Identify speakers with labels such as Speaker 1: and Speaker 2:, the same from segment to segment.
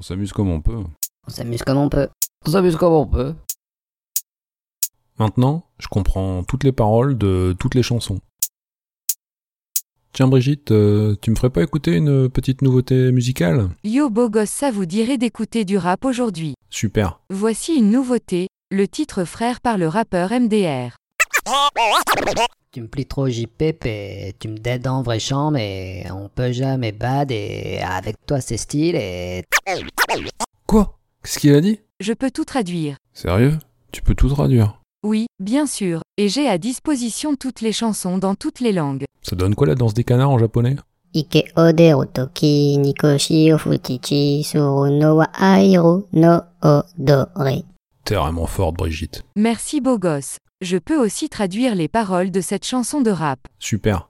Speaker 1: s'amuse comme on peut.
Speaker 2: On s'amuse comme on peut. On s'amuse comme on peut.
Speaker 1: Maintenant, je comprends toutes les paroles de toutes les chansons. Tiens Brigitte, euh, tu me ferais pas écouter une petite nouveauté musicale
Speaker 3: Yo beau gosse, ça vous dirait d'écouter du rap aujourd'hui.
Speaker 1: Super.
Speaker 3: Voici une nouveauté, le titre Frère par le rappeur MDR.
Speaker 2: Tu me plis trop JPP, et tu me dead en vrai champ, mais on peut jamais bad et avec toi c'est style et...
Speaker 1: Quoi Qu'est-ce qu'il a dit
Speaker 3: Je peux tout traduire.
Speaker 1: Sérieux Tu peux tout traduire.
Speaker 3: Oui, bien sûr, et j'ai à disposition toutes les chansons dans toutes les langues.
Speaker 1: Ça donne quoi la danse des canards en japonais
Speaker 4: Ike Odero Toki, Nikoshi Ofutichi, Suru no wa Airo no Odori.
Speaker 1: T'es vraiment forte Brigitte.
Speaker 3: Merci beau gosse. Je peux aussi traduire les paroles de cette chanson de rap.
Speaker 1: Super.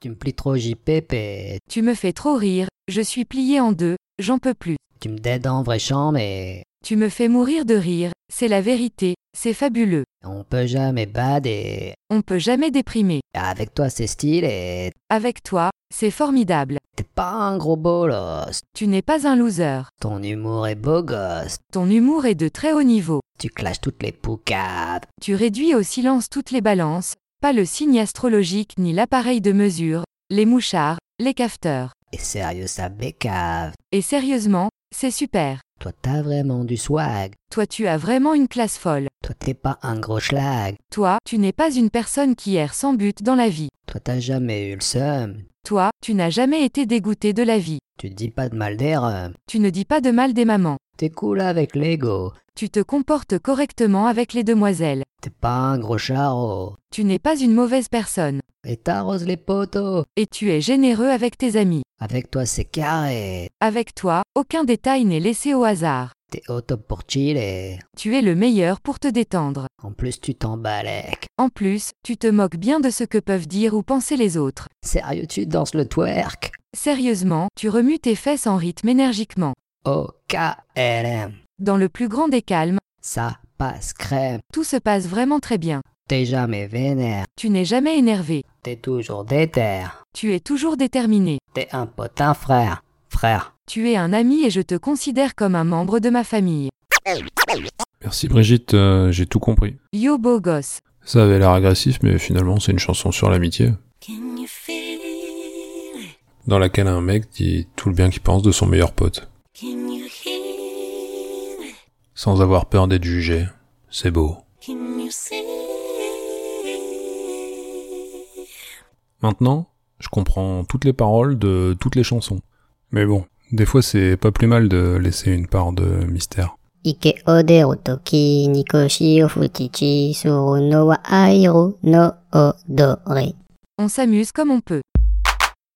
Speaker 2: Tu me plis trop JPP, et
Speaker 3: Tu me fais trop rire, je suis plié en deux, j'en peux plus.
Speaker 2: tu me dead en vrai champ, mais...
Speaker 3: Tu me fais mourir de rire, c'est la vérité, c'est fabuleux.
Speaker 2: On peut jamais bad et...
Speaker 3: On peut jamais déprimer.
Speaker 2: Avec toi c'est style et...
Speaker 3: Avec toi, c'est formidable.
Speaker 2: T'es pas un gros bolos,
Speaker 3: Tu n'es pas un loser.
Speaker 2: ton humour est beau gosse,
Speaker 3: Ton humour est de très haut niveau.
Speaker 2: tu clashes toutes les poucaves.
Speaker 3: Tu réduis au silence toutes les balances, pas le signe astrologique ni l'appareil de mesure, les mouchards, les cafeteurs.
Speaker 2: Et sérieux ça bécave,
Speaker 3: Et sérieusement, c'est super.
Speaker 2: toi t'as vraiment du swag,
Speaker 3: Toi tu as vraiment une classe folle.
Speaker 2: toi t'es pas un gros schlag,
Speaker 3: Toi, tu n'es pas une personne qui erre sans but dans la vie.
Speaker 2: toi t'as jamais eu le seum,
Speaker 3: Toi, tu n'as jamais été dégoûté de la vie.
Speaker 2: tu dis pas de mal des rums,
Speaker 3: Tu ne dis pas de mal des mamans.
Speaker 2: t'es cool avec l'ego,
Speaker 3: Tu te comportes correctement avec les demoiselles.
Speaker 2: t'es pas un gros charreau,
Speaker 3: Tu n'es pas une mauvaise personne.
Speaker 2: et t'arroses les poteaux,
Speaker 3: Et tu es généreux avec tes amis.
Speaker 2: avec toi c'est carré,
Speaker 3: Avec toi, aucun détail n'est laissé au hasard.
Speaker 2: t'es au top pour chiller,
Speaker 3: Tu es le meilleur pour te détendre.
Speaker 2: en plus tu t'emballes,
Speaker 3: En plus, tu te moques bien de ce que peuvent dire ou penser les autres.
Speaker 2: sérieux tu danses le twerk,
Speaker 3: Sérieusement, tu remues tes fesses en rythme énergiquement.
Speaker 2: oh KLM,
Speaker 3: Dans le plus grand des calmes,
Speaker 2: ça passe crème,
Speaker 3: tout se passe vraiment très bien.
Speaker 2: t'es jamais vénère,
Speaker 3: Tu n'es jamais énervé.
Speaker 2: t'es toujours déter,
Speaker 3: Tu es toujours déterminé.
Speaker 2: t'es un potin frère, frère,
Speaker 3: Tu es un ami et je te considère comme un membre de ma famille.
Speaker 1: Merci Brigitte, euh, j'ai tout compris.
Speaker 3: Yo beau gosse.
Speaker 1: Ça avait l'air agressif, mais finalement c'est une chanson sur l'amitié,
Speaker 5: Can you feel it?
Speaker 1: dans laquelle un mec dit tout le bien qu'il pense de son meilleur pote,
Speaker 5: Can you hear it?
Speaker 1: sans avoir peur d'être jugé. C'est beau.
Speaker 5: Can you see it?
Speaker 1: Maintenant, je comprends toutes les paroles de toutes les chansons. Mais bon, des fois c'est pas plus mal de laisser une part de mystère.
Speaker 4: Ike Odero Toki, Nikoshi Ofutichi, Suru no wa Airo no Odori.
Speaker 3: On s'amuse comme on peut.